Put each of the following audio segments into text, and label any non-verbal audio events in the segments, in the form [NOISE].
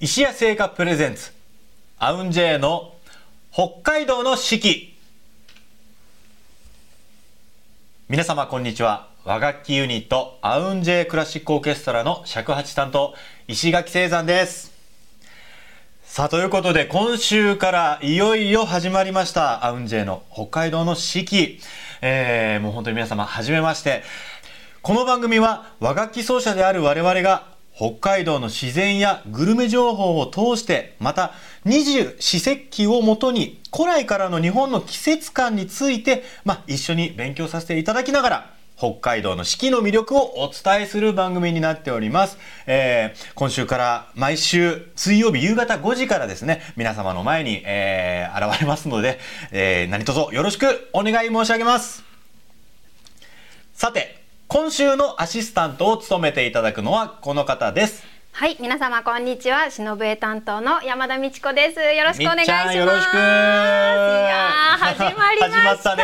石屋製菓プレゼンツアウンジェイの北海道の四季皆様こんにちは和楽器ユニットアウンジェイクラシックオーケストラの尺八担当石垣聖山ですさあということで今週からいよいよ始まりましたアウンジェイの北海道の四季、えーもう本当に皆様はじめましてこの番組は和楽器奏者である我々が北海道の自然やグルメ情報を通してまた二十四節気をもとに古来からの日本の季節感について、まあ、一緒に勉強させていただきながら北海道の四季の魅力をお伝えする番組になっております、えー今週から毎週水曜日夕方5時からですね皆様の前に、えー現れますので、えー何卒よろしくお願い申し上げますさて今週のアシスタントを務めていただくのはこの方ですはい、皆様こんにちは、しのぶえ担当の山田美智子です。よろしくお願いみっしちまゃんす。よろしくいやー始まりましたね。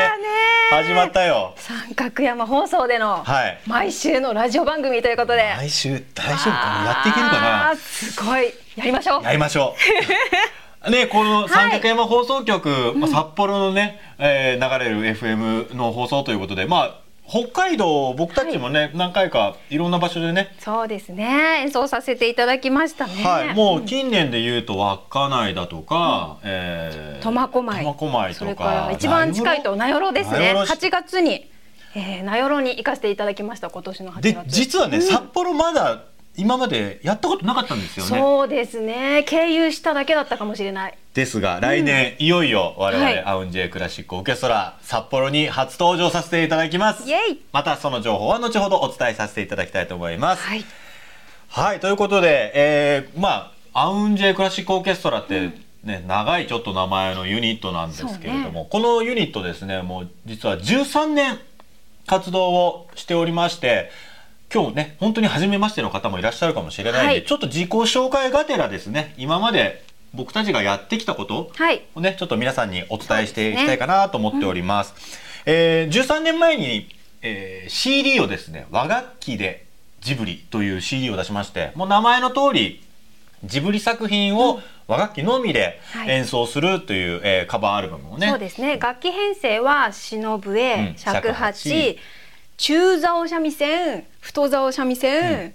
始まったよ三角山放送でのはい毎週のラジオ番組ということで、来週大丈夫かなやっていけるかあーなすごい、やりましょう。やりましょ [LAUGHS] うねこの三角山放送局、まあ、札幌のね、えー流れる FM の放送ということでまあ北海道僕たちもね、何回かいろんな場所でねそうですね、演奏させていただきましたね。はい、もう近年で言うと稚内だとか、えー苫小牧苫小牧とかそれから一番近いと名寄です名ね寄市8月に、えー、名寄に行かせていただきました今年の8月で実はね、札幌まだ今までやったことなかったんですよね。そうですね経由しただけだったかもしれないですが来年、いよいよ我々、はいアウンジェイクラシックオーケストラ札幌に初登場させていただきますイ。エイまたその情報は後ほどお伝えさせていただきたいと思います。はい、いということで、えーまあアウンジェイクラシックオーケストラって、ね、長いちょっと名前のユニットなんですけれども、このユニットですねもう実は13年活動をしておりまして今日ね本当に初めましての方もいらっしゃるかもしれないんで、はいちょっと自己紹介がてらですね今まで僕たちがやってきたことはいをねちょっと皆さんにお伝えしていきたいかなと思っております。えー13年前に、えー CD をですね和楽器でジブリという CD を出しましてもう名前の通りジブリ作品を和楽器のみではい演奏するという、えーカバーアルバムをねそうですね楽器編成は篠笛、うん尺尺八中棹三味線太棹三味線、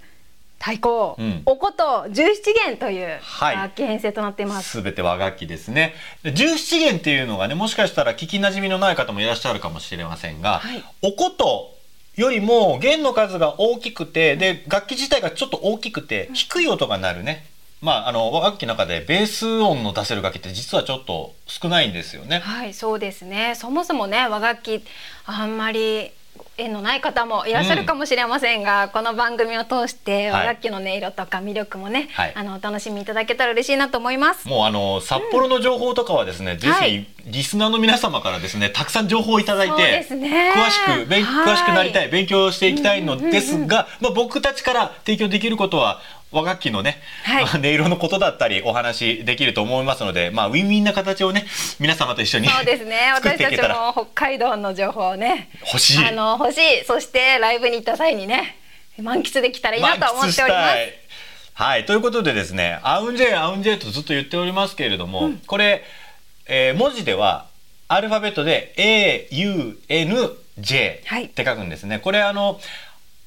太鼓、うんお琴十七弦というはい楽器編成となっています、すべて和楽器ですね。で十七弦っていうのがね、もしかしたら聞きなじみのない方もいらっしゃるかもしれませんが、はいお琴よりも弦の数が大きくて、で楽器自体がちょっと大きくて低い音が鳴るね。まああの和楽器の中でベース音の出せる楽器って実はちょっと少ないんですよね。はいそうですねそもそもね和楽器あんまり縁のない方もいらっしゃるかもしれませんが、この番組を通してはい和楽器の音色とか魅力もね、はいあのお楽しみいただけたら嬉しいなと思います。もうあの札幌の情報とかはですね、ぜはひいリスナーの皆様からですね、たくさん情報をいただいそうてで、すね詳しく勉詳しくなりたはい勉強していきたいのですが、まあ、僕たちから提供できることは和楽器のね、は [LAUGHS] いまあ音色のことだったりお話できると思いますので、まあ、ウィンウィンな形をね皆様と一緒に [LAUGHS] そうですね [LAUGHS] 作っ私ていたけちたらも北海道の情報をね欲しいあの欲しいそしてライブに行った際にね満喫できたらいいなと思っておりま満喫したすいはいということでですね「アウンジェイアウンジェイ」とずっと言っておりますけれども、これ、えー文字ではアルファベットで AUNJ って書くんですね。これあの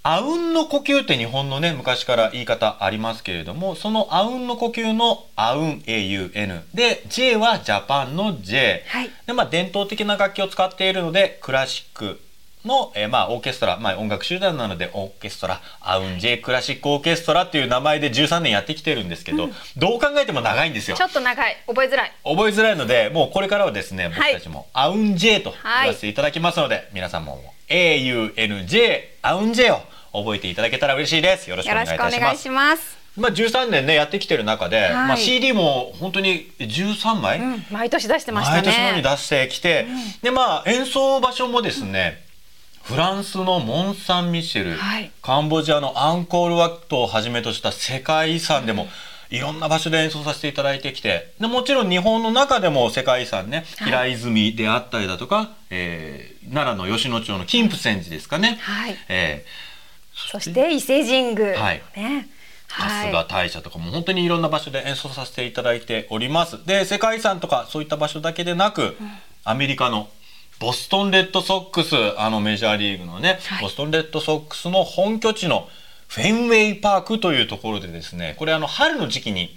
あうんの呼吸って日本のね昔から言い方ありますけれどもそのあうんの呼吸のあうん AUN で J はジャパンの J、はいでまあ、伝統的な楽器を使っているのでクラシックの、えーまあ、オーケストラ、まあ、音楽集団なのでオーケストラアウンジェイクラシックオーケストラっていう名前で13年やってきてるんですけど、どう考えても長いんですよちょ。っと長い覚えづらい覚えづらいのでもうこれからはですね僕はいたちもアウンジェイと言わせていただきますので、皆さんも AUNJ アウンジェイを覚えていただけたら嬉しいです。よろしくお願よいろいしくおたし願まいす。しますまあ13年ねやってきてる中で、まあ、はい CD も本当に13枚、うん毎年出してました毎年のようにね出してきて、でまあ演奏場所もですね、フランスのモン・サン・ミシェル、はいカンボジアのアンコールワットをはじめとした世界遺産でも、いろんな場所で演奏させていただいてきてでもちろん日本の中でも世界遺産ねはい平泉であったりだとか、えー奈良の吉野町の金峰山寺ですかね、はいえそして伊勢神宮、はいねはい春日大社とかも本当にいろんな場所で演奏させていただいておりますで世界遺産とかそういった場所だけでなく、アメリカのボストンレッドソックスあのメジャーリーグのね、はいボストンレッドソックスの本拠地のフェンウェイパークというところでですねこれあの春の時期に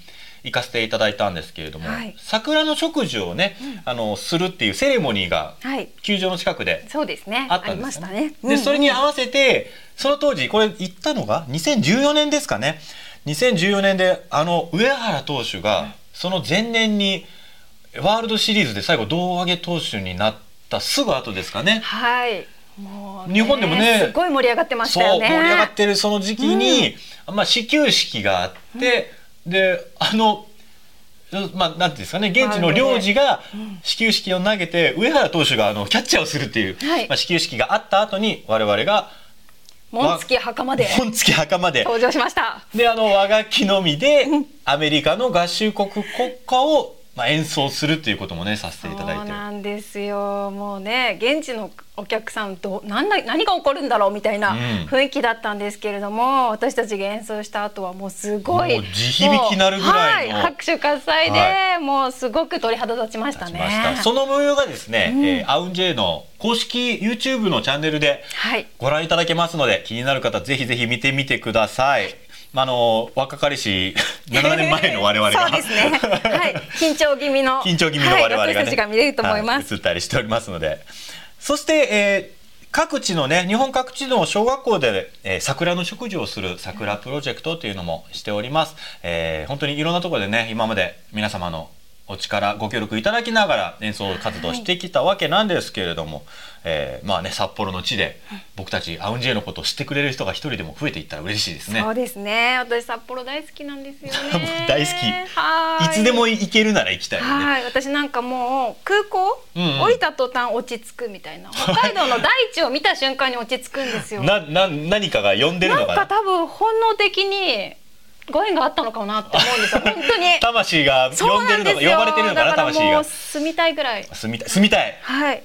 行かせていただいたんですけれども、はい桜の植樹をね、あのするっていうセレモニーがはい、球場の近くでそうですね。ああったんりでますしよたねね。。で、それにに合わせて、その当時、これ行ったのが2014年ですかね。2014年で、あの上原投手が、その前年に。ワールドシリーズで最後胴上げ投手になったすぐ後ですかね。はい、もう、日本でもねすごい盛り上がってましそうたよね。盛り上がってるその時期に、まあ始球式があって、であのまあなんていうんですかね現地の領事が始球式を投げて、上原投手があのキャッチャーをするっていう、はいまあ始球式があった後に我々が門付き袴で本付き袴で登場しました。であの和楽器のみでアメリカの合衆国国歌をまあ演奏するということもねさせていただいそうてるなんですよもうね現地のお客さんどなんだ何が起こるんだろうみたいなうん雰囲気だったんですけれども、私たちが演奏した後はもうすごいもう地響きなるぐらいのもうは拍手喝采で、はもうすごく鳥肌立ちましたしね。ましたその模様がですね、うんえーアウンジェイの公式 YouTube のチャンネルではいご覧いただけますので気になる方ぜひぜひ見てみてください。まああの若かりし [LAUGHS] 7年前の我々が [LAUGHS] そうですね。はい、緊張気味の緊張気味の我々がね、はい、私たちが見れると思います。は映ったりしておりますのでそして、えー各地のね日本各地の小学校で、えー桜の植樹をする桜プロジェクトというのもしております、えー本当にいろんなところでね今まで皆様のお力ご協力いただきながら演奏活動してきたわけなんですけれども、えーまあね札幌の地で僕たちアウンジェイのことを知ってくれる人が一人でも増えていったら嬉しいですねそうですね。私札幌大好きなんですよ [LAUGHS] もう。ね大好はきいーつでも行けるなら行きたいよねはい、私なんかもう空港、うんうん降りた途端落ち着くみたいな北海道の大地を見た瞬間に落ち着くんですよ [LAUGHS] ななな何かが呼んでるのんかかな多分本能的にご縁があったのかなって思う [LAUGHS] んですよ本当に魂がそ呼うんでなるんのでかす呼よばれてるのかなだから魂もがう住みたいぐらい住みたい住みたいはい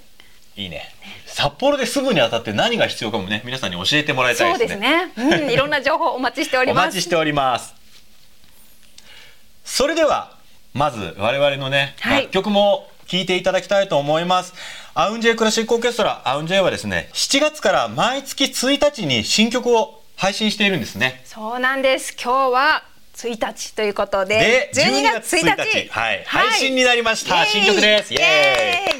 いいね札幌で住むにあたって何が必要かもね皆さんに教えてもらいたそいうでですすねねうん、いろんな情報お待ちしておりおます待ちしておりますそれではまず我々のね、はい楽曲も聴いていただきたいと思いますアウンジェイクラシックオーケストラアウンジェイはですね7月から毎月1日に新曲を配信しているんですねそうなんです今日は1日ということで12月1日はい、配信になりました、新曲ですイエーイイエーイ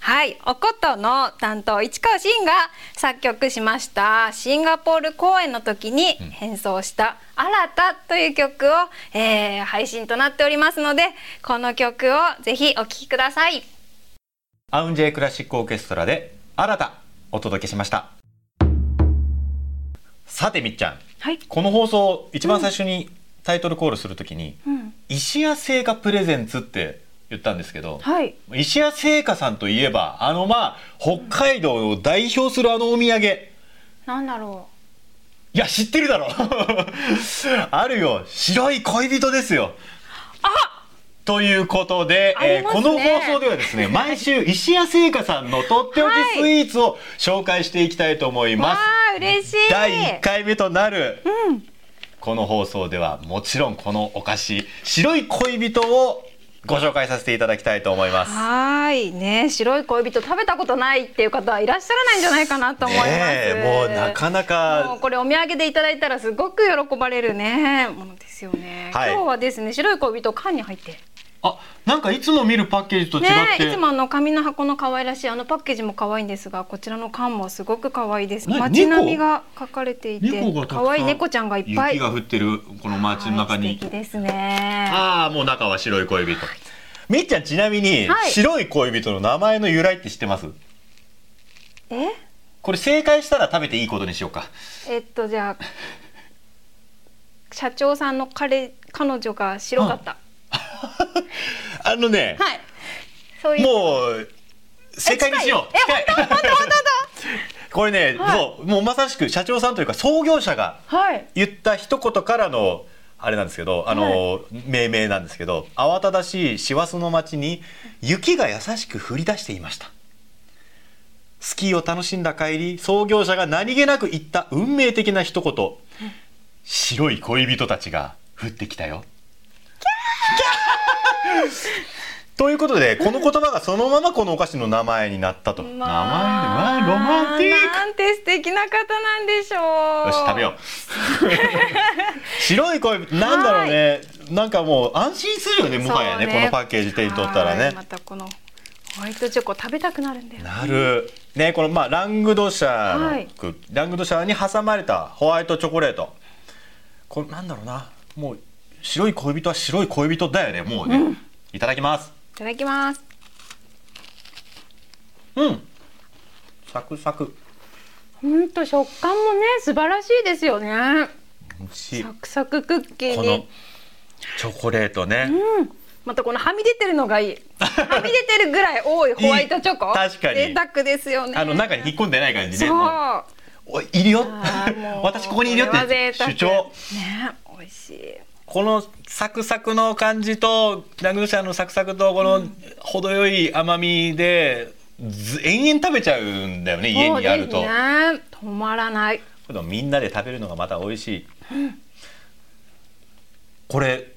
はい、おことの担当市川真が作曲しましたシンガポール公演の時に変奏した「新た」という曲を、えー配信となっておりますのでこの曲をぜひお聴きください。アウンジェイクラシックオーケストラで新たお届けしましたさてみっちゃんはい、この放送一番最初にタイトルコールするときに、ん石屋製菓プレゼンツって言ったんですけど、はい、石屋製菓さんといえばあのまあ北海道を代表するあのお土産なんだろいや知ってるだろ [LAUGHS] あるよ白い恋人ですよということで、ありーますこね。の放送ではですね毎週石屋製菓さんのとっておきスイーツを紹介していきたいと思いうわます、あ嬉しい。第1回目となる、この放送ではもちろんこのお菓子白い恋人をご紹介させていただきたいと思いますはーいね白い恋人食べたことないっていう方はいらっしゃらないんじゃないかなと思います。ねえもうなかなもうかこれお土産でいただいたらすごく喜ばれるねものですよね、はい今日はですね白い恋人缶に入ってあなんかいつも見るパッケージと違っねて、いつもあの紙の箱の可愛らしいあのパッケージも可愛いんですがこちらの缶もすごく可愛いですな街並み猫が書かれていて猫がたくさん可愛い猫ちゃんがいっぱい雪が降ってるこの街の中はいに素敵ですねああもう中は白い恋人みっちゃんちなみに、はい白い恋人の名前の由来って知ってますえこれ正解したら食べていいことにしようかえっとじゃあ社長さんの彼彼女が白かったあのね、はいそういうもう正解にしよう近い [LAUGHS] これね、はいそうもうまさしく社長さんというか創業者がはい言った一言からのあれなんですけどあの、命名なんですけど慌ただしい師走の街に雪が優しく降り出していましたスキーを楽しんだ帰り創業者が何気なく言った運命的な一言白い恋人たちが降ってきたよ。 [LAUGHS] ということでこの言葉がそのままこのお菓子の名前になったと。まあ名前でまあロマンティック。なんて素敵な方なんでしょう。よし食べよう白い恋人なんだろうねなんかもう安心するよねそうもはやねこのパッケージ手に取ったらはいねまたこのホワイトチョコ食べたくなるんだよ。なるねこのまあラングドシャの、はいラングドシャに挟まれたホワイトチョコレートこれなんだろうなもう白い恋人は白い恋人だよねもうね、いただきますいただきます。うんサクサクうんと食感もね素晴らしいですよね。美味しいサクサククッキーこのに。チョコレートね、またこのはみ出てるのがいい。はみ出てるぐら [LAUGHS] い多いホワイトチョいコ。い確かに贅沢ですよね。あの中に引っ込んでない感じそねう。もうあおいいるよーも [LAUGHS] う私ここにいるよって主張これは贅沢ね、美味しい。このサクサクの感じとラグドシャのサクサクとこの程よい甘みでず延々食べちゃうんだよね家にあると、そうですね、止まらない。これでもみんなで食べるのがまた美味しい、これ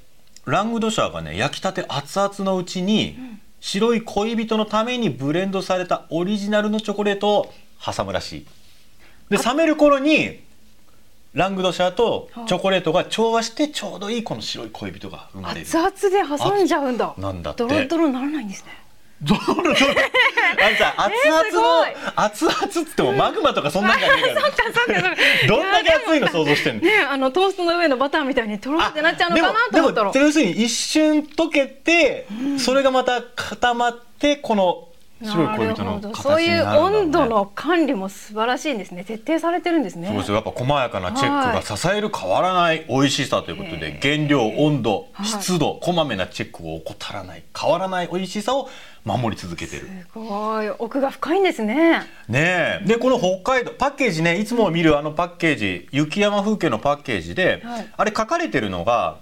ラングドシャがね焼きたて熱々のうちに、白い恋人のためにブレンドされたオリジナルのチョコレートを挟むらしいで冷める頃にラングドシャとチョコレートが調和してちょうどいいこの白い恋人が生まれる熱々で挟んじゃうんだ。なんだってドロドロにならないんですね。 [LAUGHS] どれどれあんた熱々の、熱々っつってもマグマとかそんなんじゃねえから [LAUGHS] そうかそうかそうかどんだけ熱いの想像してんのねあのトーストの上のバターみたいにとろってなっちゃうのかなとで思もったでらも要するに一瞬溶けて、それがまた固まってこの白い恋人のなるほど形そうにいうなるんだろうね温度の管理も素晴らしいんですね徹底されてるんですねそうですよやっぱ細やかなチェックが支える変わらない美味しさということで原料温度はい湿度こまめなチェックを怠らない変わらない美味しさを守り続けてるすごい奥が深いんですねねえでこの北海道パッケージねいつも見るあのパッケージ雪山風景のパッケージで、はいあれ書かれてるのが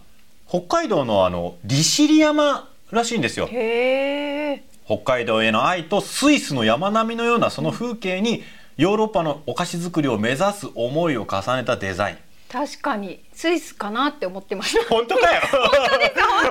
北海道のあの利尻山らしいんですよへえ北海道への愛とスイスの山並みのようなその風景にヨーロッパのお菓子作りを目指す思いを重ねたデザイン確かにスイスかなって思ってま [LAUGHS] した本当だよ本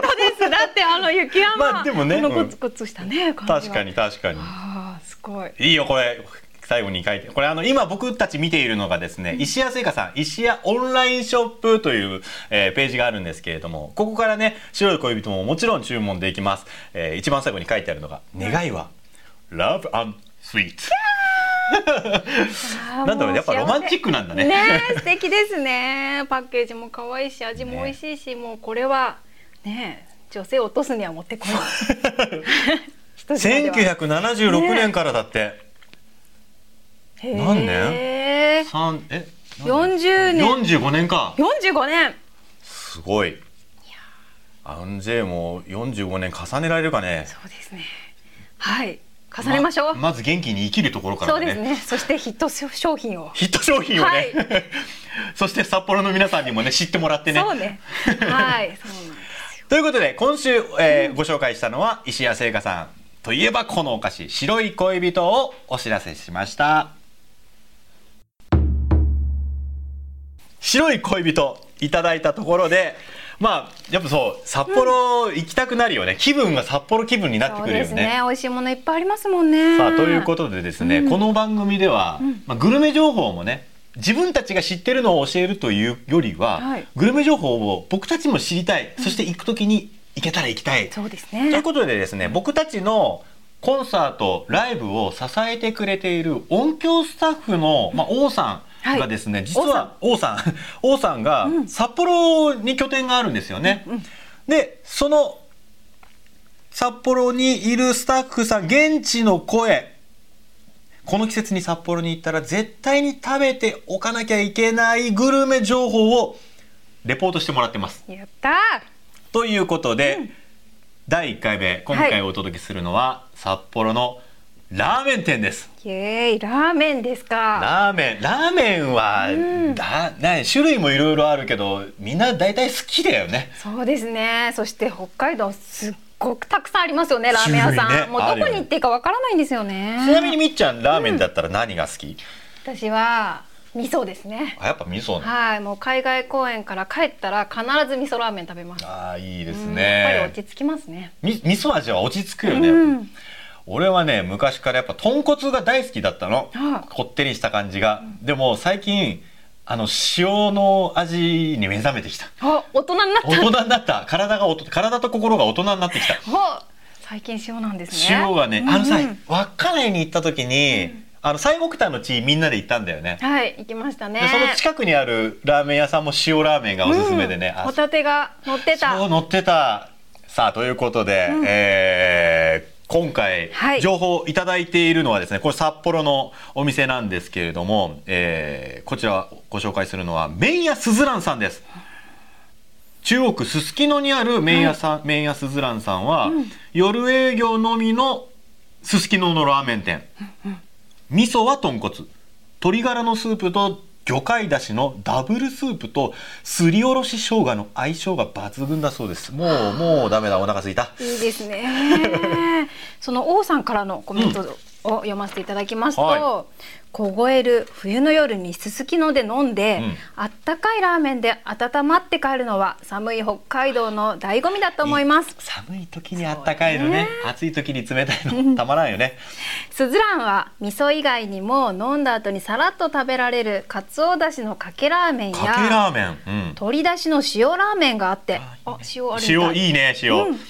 当ですだってあの雪山、まあでもねあのうゴんツゴツしたね、感確じがかに確かにああすごいいいよこれ最後に書いてこれあの今僕たち見ているのがですね、石屋製菓さん石屋オンラインショップという、えーページがあるんですけれどもここからね白い恋人ももちろん注文できます、えー一番最後に書いてあるのが「願いは Love and Sweet」なあーんだろうもやっぱロマンチックなんだねえ素敵ですね [LAUGHS] パッケージも可愛いし味も美味しいし、もうこれはねえ女性を落とすにはもってこい [LAUGHS] 一品では1976年からだって、へえ何三え40年45年か45年すごいアンジェイも45年重ねられるかねそうですねはい重ねましょう、まず元気に生きるところからそうだですねそしてヒット商品を、ヒット商品をね、はい [LAUGHS] そして札幌の皆さんにもね知ってもらってね。そうねはいそうなんですよということで今週、えーご紹介したのは石谷製菓さんといえばこのお菓子白い恋人をお知らせしました。白い恋人いただいたところで。まあやっぱそう札幌行きたくなるよね、気分が札幌気分になってそうくるよですね美味しいものいっぱいありますもんねさあということでですね、この番組では、まあ、グルメ情報もね自分たちが知ってるのを教えるというよりは、はいグルメ情報を僕たちも知りたいそして行く時に行けたら行きたい、そうですといねうことでですね僕たちのコンサートライブを支えてくれている音響スタッフの、まあ、王さんがですね、実は王さん [LAUGHS] 王さんが札幌に拠点があるんですよね。でその札幌にいるスタッフさん現地の声この季節に札幌に行ったら絶対に食べておかなきゃいけないグルメ情報をレポートしてもらってます。やったーということで、第1回目今は回いお届けするのは、札幌のラーメン店ですイエーイラーメンですかラーメンラーメンは、だな種類もいろいろあるけどみんな大体好きだよねそうですね。そして北海道すっごくたくさんありますよね。ラーメン屋さん。種類ねもうどこに行っていいかわからないんですよね。ちなみにみっちゃんラーメンだったら何が好き、私は味噌ですねあやっぱ味噌なのはいもう海外公演から帰ったら必ず味噌ラーメン食べますああいいですうんやっぱりね落ち着きますねみ味噌味は落ち着くよね、うん俺はね昔からやっぱ豚骨が大好きだったの、はいこってりした感じが、でも最近あの塩の味に目覚めてきたあ大人になった大人になった体がおと体と心が大人になってきたお最近塩なんですね塩がねあのさうんうん稚内に行った時に、あの西国丹の地みんなで行ったんだよね、はい行きましたねでその近くにあるラーメン屋さんも塩ラーメンがおすすめでね、うんあホタテが乗ってたそう乗ってたさあということで、えー今回はい情報いただいているのはですね、これ札幌のお店なんですけれども、えーこちらご紹介するのは麺屋すずらんさんです中央区すすきのにある麺屋さん、麺屋すずらんさんは、夜営業のみのすすきののラーメン店、味噌は豚骨鶏ガラのスープと魚介だしのダブルスープとすりおろし生姜の相性が抜群だそうですもうもうダメだお腹すいたいいで [LAUGHS] すね。その王さんからのコメントを読ませていただきますと、は凍える冬の夜にすすきので飲んで、うんあったかいラーメンで温まって帰るのは寒い北海道の醍醐味だと思います。寒い時にあったかいのね暑い時に冷たいのたまらんよねすずらんは味噌以外にも飲んだ後にさらっと食べられるかつおだしのかけラーメンかけラやーメン、鶏だしの塩ラーメンがあって、うんあ、塩あるみたい。塩いいね塩、うん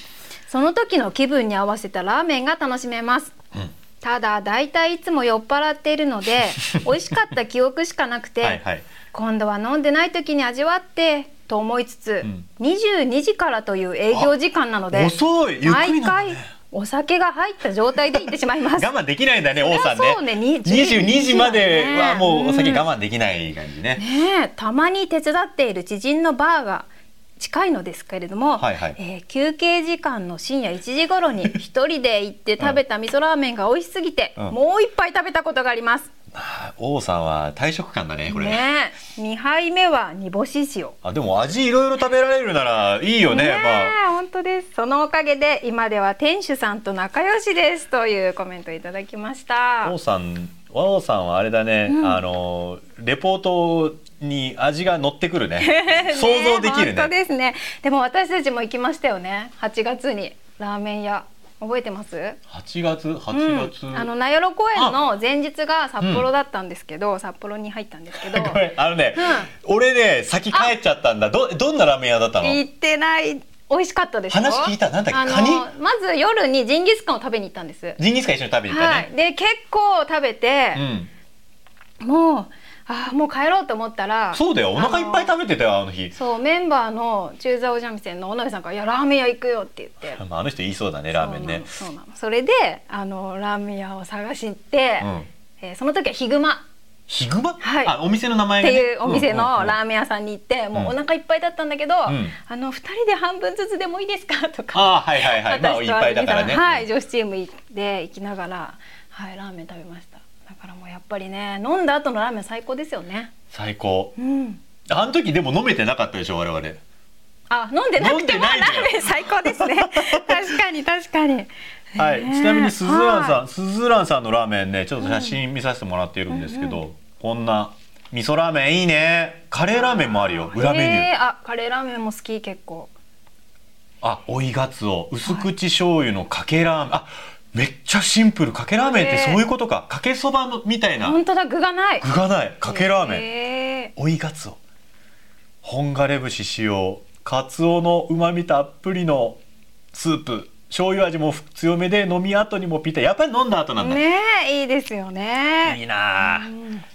その時の気分に合わせたラーメンが楽しめます、うんただだいたいいつも酔っ払っている [LAUGHS] ので美味しかった記憶しかなくてはいはい今度は飲んでない時に味わってと思いつつ、ん22時からという営業時間なので遅いゆっくりな毎んだね回お酒が入った状態で行ってしまいます我慢できないんだね王さんねそうね22 22時まではもうお酒うん我慢できない感じね、ねえたまに手伝っている知人のバーが近いのですけれども、はいはいえー休憩時間の深夜1時頃に一人で行って食べた味噌ラーメンが美味しすぎて、うんもう一杯食べたことがあります。あ王さんは退職感だねこれねえ、2杯目は煮干し塩。あでも味いろいろ食べられるならいいよねねえまあ本当です。そのおかげで今では店主さんと仲良しですというコメントをいただきました王。さん和王さんはあれだね、あのレポートに味が乗ってくるね想像できるね [LAUGHS] ねえ本当ですね。でも私たちも行きましたよね。8月にラーメン屋覚えてます？ 8月8月、うん、あの名寄公園の前日が札幌だったんですけど、札幌に入ったんですけどこれあのね、俺ね先帰っちゃったんだどどんなラーメン屋だったの行ってない美味しかったですよ話聞いたなんだっけあのカニまず夜にジンギスカンを食べに行ったんです、ジンギスカン一緒に食べに行ったはね、い、で結構食べて、うん、もうあーもう帰ろうと思ったらそうだよお腹いっぱいべ食べてたよあの日そうメンバーの中座お三味線の尾上さんから「いやラーメン屋行くよ」って言ってまあ、あの人言いそうだねラーメンねそうなのそうなのそれであのラーメン屋を探し行って、うんえーその時はヒグマヒグマ、はいあお店の名前っが、てね、いうお店うんうんうのんラーメン屋さんに行ってもうお腹いっぱいだったんだけど、あの2人で半分ずつでもいいですか [LAUGHS] とかああはいはいはい、まあ、い私っとぱいだからね、はい、女子チームで行きながら、はい、ラーメン食べましただからもうやっぱりね飲んだ後のラーメン最高ですよね最高うんあの時でも飲めてなかったでしょ我々あ飲んでなくてもラ飲んでないんだよーメン最高で [LAUGHS] すね確かに確かにはい、ねえちなみにすずらんさん、はすずらんさんのラーメンねちょっと写真見させてもらっているんですけど、こんな味噌ラーメンいいねカレーラーメンもあるよ裏メニュー、へえあカレーラーメンも好き結構あ追いがつお薄口醤油のかけラーメン、あめっちゃシンプルかけラーメンってそういうことかかけそばのみたいな本当だ具がない具がないかけラーメン、へえ追いがつお本枯節使用かつおのうまみたっぷりのスープ醤油味も強めで飲み後にもピタやっぱり飲んだ後なんだ、ねえいいですよねいいなあ、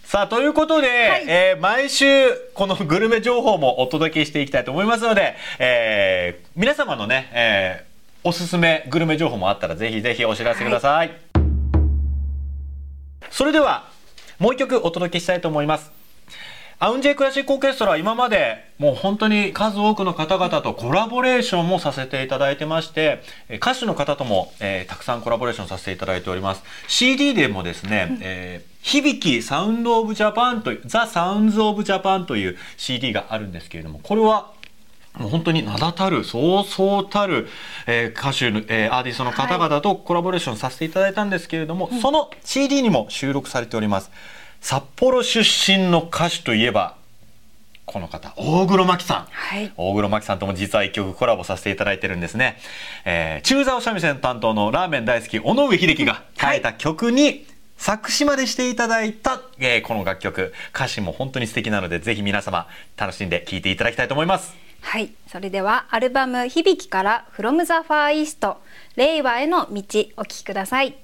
さあということで、えー毎週このグルメ情報もお届けしていきたいと思いますので、えー皆様のね、えーおすすめグルメ情報もあったらぜひぜひお知らせください、それではもう一曲お届けしたいと思いますアウンジェイクラシックオーケストラは今までもう本当に数多くの方々とコラボレーションもさせていただいてましてえー歌手の方とも、えーたくさんコラボレーションさせていただいております CD でもですね「えー響きサウンド・オブ・ジャパン」という「ザ・サウンズ・オブ・ジャパン」という CD があるんですけれどもこれはもう本当に名だたるそうそうたる、えー歌手の、えーアーティストの方々とコラボレーションさせていただいたんですけれども、その CD にも収録されております札幌出身の歌手といえばこの方大黒摩季さん、はい大黒摩季さんとも実は一曲コラボさせていただいてるんですね、えー、中沢三味線担当のラーメン大好き尾上秀樹が書いた曲に作詞までしていただいた、えーこの楽曲歌詞も本当に素敵なのでぜひ皆様楽しんで聴いていただきたいと思いますはい、それではアルバム「響き」から「from the far east 令和への道」お聴きください。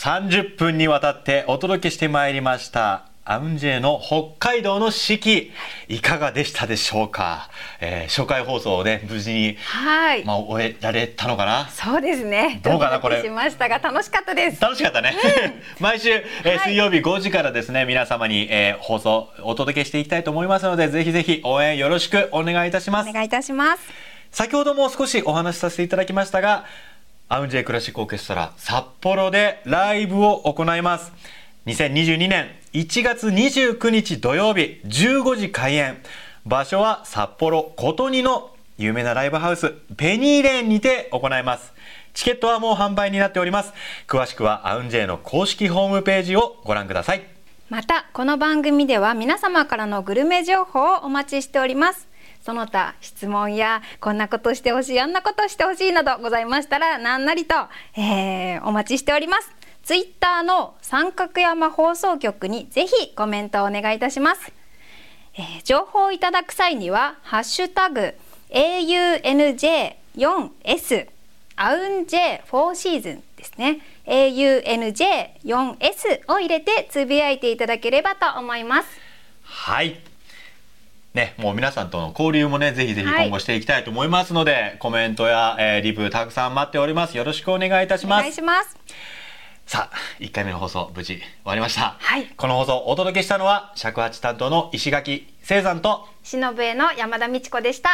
30分にわたってお届けしてまいりましたアウンジェの北海道の四季いかがでしたでしょうか、えー初回放送をね無事に、はい、まあ、終えられたのかなそうですね。どうかなドキドキこれしましたが楽しかったです。楽しかったね、 [LAUGHS] 毎週、えーはい水曜日5時からですね皆様に、えー放送お届けしていきたいと思いますのでぜひぜひ応援よろしくお願いいたしますお願いいたします。先ほども少しお話しさせていただきましたがアウンジェイクラシックオーケストラ札幌でライブを行います2022年1月29日土曜日15時開演場所は札幌琴似の有名なライブハウスペニーレーンにて行いますチケットはもう販売になっております詳しくはアウンジェイの公式ホームページをご覧くださいまたこの番組では皆様からのグルメ情報をお待ちしておりますその他質問やこんなことしてほしいあんなことしてほしいなどございましたら何なりと、えーお待ちしておりますツイッターの三角山放送局にぜひコメントをお願いいたします、えー情報をいただく際には「ハッシュタグ #AUNJ4S アウン J4 シーズン」ですね AUNJ4S を入れてつぶやいていただければと思いますはい。ね、もう皆さんとの交流もね、ぜひぜひはい今後していきたいと思いますので、コメントや、えーリプたくさん待っております。よろしくお願いいたしおま願す。いしますさあ、1回目の放送、無事終わりました。はいこの放送、お届けしたのは、尺八担当の石垣聖山と、しのぶえの山田美智子でした